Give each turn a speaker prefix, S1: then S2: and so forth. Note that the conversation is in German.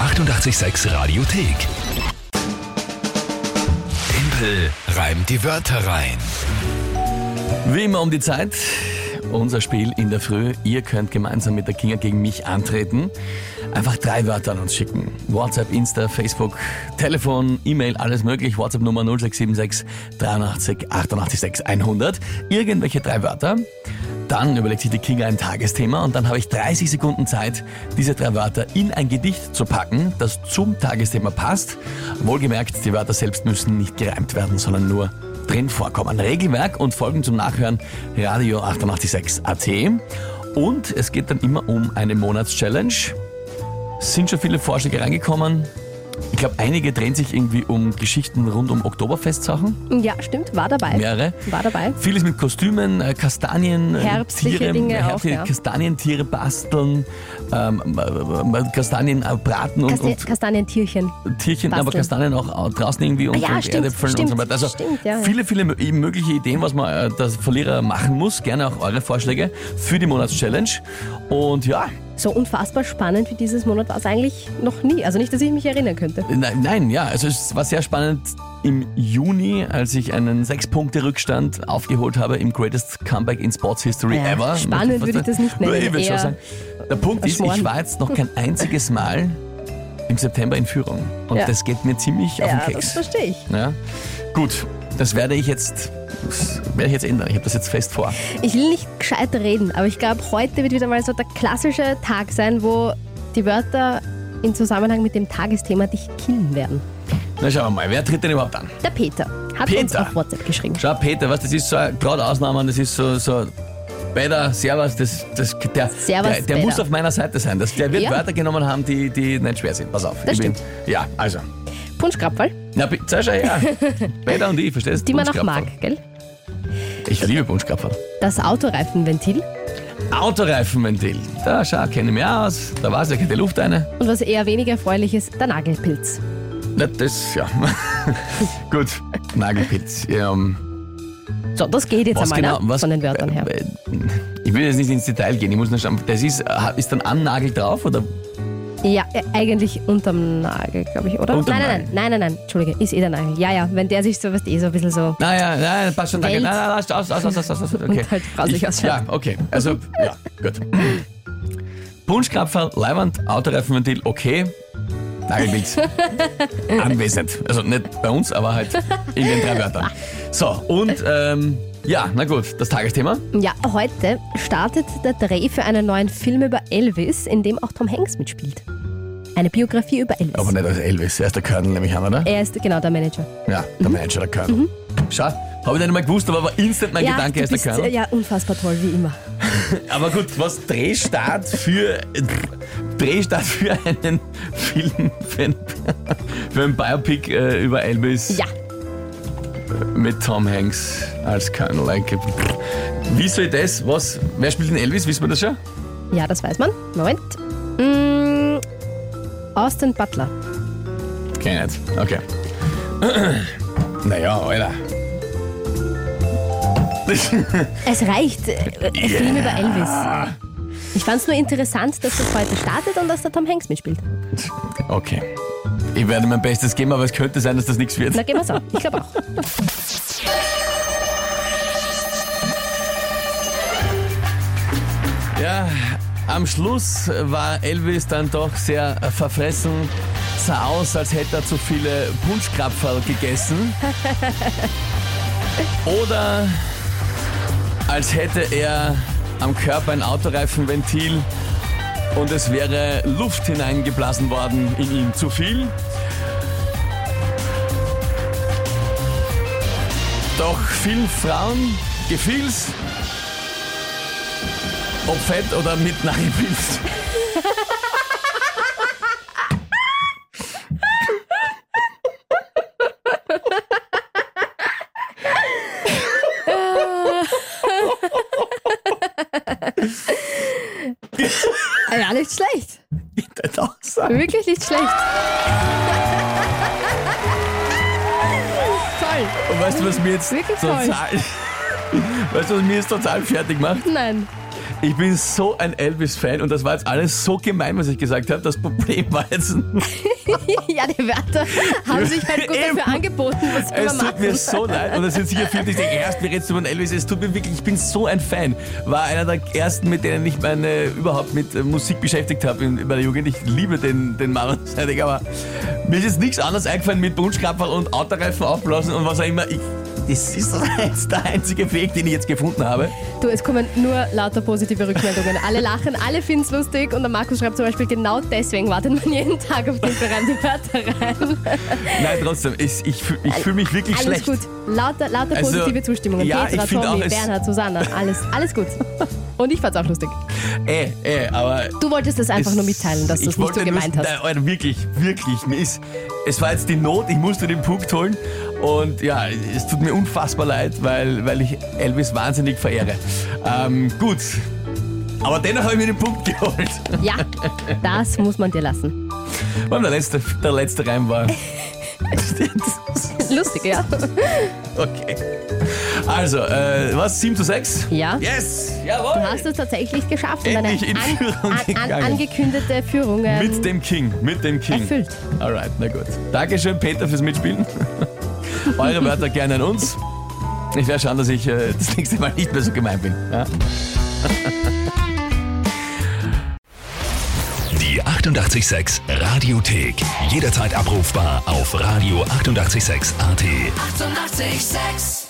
S1: 886 Radiothek. Tempel reimt die Wörter rein.
S2: Wie immer um die Zeit, unser Spiel in der Früh. Ihr könnt gemeinsam mit der Kinga gegen mich antreten. Einfach drei Wörter an uns schicken. WhatsApp, Insta, Facebook, Telefon, E-Mail, alles möglich. WhatsApp-Nummer 0676 83 886 100. Irgendwelche drei Wörter. Dann überlegt sich die Kinga ein Tagesthema und dann habe ich 30 Sekunden Zeit, diese drei Wörter in ein Gedicht zu packen, das zum Tagesthema passt. Wohlgemerkt, die Wörter selbst müssen nicht gereimt werden, sondern nur drin vorkommen. Regelwerk und Folgen zum Nachhören Radio 886 AT. Und es geht dann immer um eine Monatschallenge sind schon viele Vorschläge reingekommen. Ich glaube, einige drehen sich irgendwie um Geschichten rund um Oktoberfestsachen,
S3: Ja, stimmt, war dabei.
S2: mehrere.
S3: War dabei.
S2: Vieles mit Kostümen, äh, Kastanien, äh,
S3: Herbstliche
S2: Tiere,
S3: Dinge auch,
S2: herbstliche
S3: ja.
S2: Kastanientiere basteln, ähm, äh, äh, Kastanien äh, braten und,
S3: Kastanie, Kastanientierchen.
S2: und Tierchen, aber
S3: basteln.
S2: Kastanien auch äh, draußen irgendwie und,
S3: Ah ja,
S2: und
S3: stimmt,
S2: Erdäpfeln und
S3: stimmt,
S2: so weiter. Also
S3: stimmt, ja, ja.
S2: viele, viele mö- mögliche Ideen, was man äh, das Verlierer machen muss. Gerne auch eure Vorschläge für die Monatschallenge. Und ja,
S3: So unfassbar spannend wie dieses Monat war es eigentlich noch nie. Also nicht, dass ich mich erinnern könnte.
S2: Nein, nein, ja, also es war sehr spannend im Juni, als ich einen Sechs-Punkte-Rückstand aufgeholt habe im Greatest Comeback in Sports History
S3: Ja,
S2: Ever.
S3: spannend
S2: Möchte
S3: würde ich das nicht nennen,
S2: Ich würde schon
S3: eher
S2: sagen. Der Punkt ist,
S3: erschmoren.
S2: ich war jetzt noch kein einziges Mal im September in Führung. Und
S3: Ja.
S2: das geht mir ziemlich auf den
S3: ja, das
S2: Keks.
S3: verstehe ich.
S2: Ja? Gut, das werde ich jetzt, das werde ich jetzt ändern. Ich habe das jetzt fest vor.
S3: Ich will nicht gescheit reden, aber ich glaube, heute wird wieder mal so der klassische Tag sein, wo die Wörter im Zusammenhang mit dem Tagesthema dich killen werden.
S2: Na, schauen wir mal, wer tritt denn überhaupt an?
S3: Der Peter hat uns
S2: Peter.
S3: auf WhatsApp geschrieben.
S2: Schau, Peter, was das ist so gerade Ausnahmen, das ist so, so Bäder, Servus, das, das, der,
S3: Servus,
S2: der, der
S3: Bäder.
S2: muss auf meiner Seite sein. Das, der wird
S3: Ja.
S2: Wörter genommen haben, die, die nicht schwer sind. Pass auf.
S3: Das
S2: ich bin-
S3: stimmt.
S2: Ja, also.
S3: Punschkrapferl,
S2: Na, bi- sag schon her. Bäder und ich, verstehst du?
S3: die man auch
S2: Punschkrapferl.
S3: mag, gell?
S2: Ich liebe Bunschkrapferl.
S3: Das Autoreifenventil
S2: Autoreifenventil. Da, schau, kenne ich mich aus. Da war es, da geht die Luft eine.
S3: und was eher weniger erfreulich ist, der Nagelpilz.
S2: Na, das, ja. Gut. Nagelpilz. Ähm, genau-
S3: So, das geht jetzt einmal ne? von den Wörtern her.
S2: äh, Ich will jetzt nicht ins Detail gehen, ich muss nur schauen. Das ist, äh, ist dann am Nagel drauf oder
S3: Ja, äh, eigentlich unterm Nagel, glaube ich, oder?
S2: Unterm
S3: nein, nein, nein, nein, nein, nein, Entschuldige, ist eh der Nagel. Ja, ja, wenn der sich so, was eh so ein bisschen so.
S2: Naja, nein, passt schon, danke.
S3: Welt.
S2: Nein, nein, lass, aus, aus, aus, aus, aus, aus, okay.
S3: Und halt grausig
S2: Ich-
S3: ausschaut.
S2: Ja, okay, also, ja, gut. Punschkrapferl, Leihwand, Autoreifenventil, okay. Nagelbild. Anwesend. Also nicht bei uns, aber halt in den drei Wörtern. So, und, ähm, ja, na gut, das Tagesthema.
S3: Ja, heute startet der Dreh für einen neuen Film über Elvis, in dem auch Tom Hanks mitspielt. Eine Biografie über Elvis.
S2: Aber nicht als Elvis, er ist der Colonel nämlich an, oder?
S3: er ist genau der Manager.
S2: Ja, der Manager, der Colonel. Schau, habe ich nicht mal gewusst, aber war instant mein
S3: Mhm. ja,
S2: Gedanke,
S3: du
S2: er ist der
S3: bist,
S2: Colonel.
S3: äh, Ja, unfassbar toll, wie immer.
S2: Aber gut, was Drehstart für Drehstart für einen Film, für ein, für ein Biopic äh, über Elvis
S3: Ja,
S2: mit Tom Hanks als Colonel. Like, wie soll das? Was? Wer spielt den Elvis? Wissen wir das schon?
S3: ja, das weiß man. Moment. Mm, Austin Butler.
S2: Kenn nicht. Okay. Naja, Alter.
S3: Es reicht. Äh, äh, Film über Elvis. Ich fand es nur interessant, dass das heute startet und dass der Tom Hanks mitspielt.
S2: Okay. Ich werde mein Bestes geben, aber es könnte sein, dass das nichts wird.
S3: Na, gehen wir so. Ich glaube auch.
S2: Ja, am Schluss war Elvis dann doch sehr äh, verfressen, sah aus, als hätte er zu viele Punschkrapferl gegessen. Oder als hätte er am Körper ein Autoreifenventil und es wäre Luft hineingeblasen worden in ihn zu viel. Doch vielen Frauen gefiel's, ob fett oder mit Nagelpilz.
S3: Ja, nicht schlecht.
S2: Das Aussage.
S3: Wirklich nicht schlecht. Toll.
S2: Und weißt du, was mir jetzt
S3: Wirklich
S2: total. Weißt du, was mir jetzt total fertig macht?
S3: Nein.
S2: Ich bin so ein Elvis-Fan und das war jetzt alles so gemein, was ich gesagt habe. Das Problem war jetzt,
S3: ja, die Wörter haben sich halt gut
S2: Eben.
S3: dafür angeboten, was wir
S2: es
S3: machen.
S2: tut mir so leid. Und da sind sicher viele, die denken, erst, wie redest du von Elvis? Es tut mir wirklich, ich bin so ein Fan. War einer der ersten, mit denen ich meine überhaupt mit äh, Musik beschäftigt habe in in meiner Jugend. Ich liebe den, den Mann seitig, aber mir ist jetzt nichts anderes eingefallen mit Bunschkrapferl und Autoreifen aufblasen und was auch immer. Ich, das ist jetzt der einzige Weg, den ich jetzt gefunden habe.
S3: Du, es kommen nur lauter positive Rückmeldungen. Alle lachen, alle finden's lustig und der Markus schreibt zum Beispiel, genau deswegen wartet man jeden Tag auf den Verein die Wörter rein.
S2: Nein, trotzdem, ich, ich, fühl- ich fühle mich wirklich
S3: Alles
S2: schlecht.
S3: gut. Lauter, lauter
S2: Also,
S3: positive Zustimmungen.
S2: ja,
S3: Petra,
S2: ich find
S3: Tommy,
S2: auch, es-
S3: Bernhard, Susanna, alles, alles gut. Und ich fand's auch lustig.
S2: Äh, äh, aber
S3: Du wolltest das einfach
S2: Es-
S3: nur mitteilen, dass du
S2: ich
S3: es nicht so
S2: wollte nur-
S3: gemeint hast.
S2: Nein, Alter, wirklich, wirklich. Mir ist, es war jetzt die Not, ich musste den Punkt holen. Und ja, es tut mir unfassbar leid, weil, weil ich Elvis wahnsinnig verehre. Ähm, gut. Aber dennoch habe ich mir den Punkt geholt.
S3: Ja, das muss man dir lassen.
S2: Weil der letzte, der letzte Reim war.
S3: Lustig, ja?
S2: Okay. Also, äh, was? 7 zu 6?
S3: Ja.
S2: Yes! Jawohl!
S3: Du hast es tatsächlich geschafft
S2: Endlich in
S3: und
S2: Führung
S3: deine an, an, an,
S2: gegangen.
S3: angekündete Führung ähm,
S2: Mit dem King, mit dem King.
S3: erfüllt.
S2: Alright, na gut. Dankeschön, Peter, fürs Mitspielen. Eure Wörter gerne an uns. Ich werde schauen, dass ich äh, das nächste Mal nicht mehr so gemein bin. Ja?
S1: Die 886 Radiothek. Jederzeit abrufbar auf radio886.at. 886! 886.
S4: 886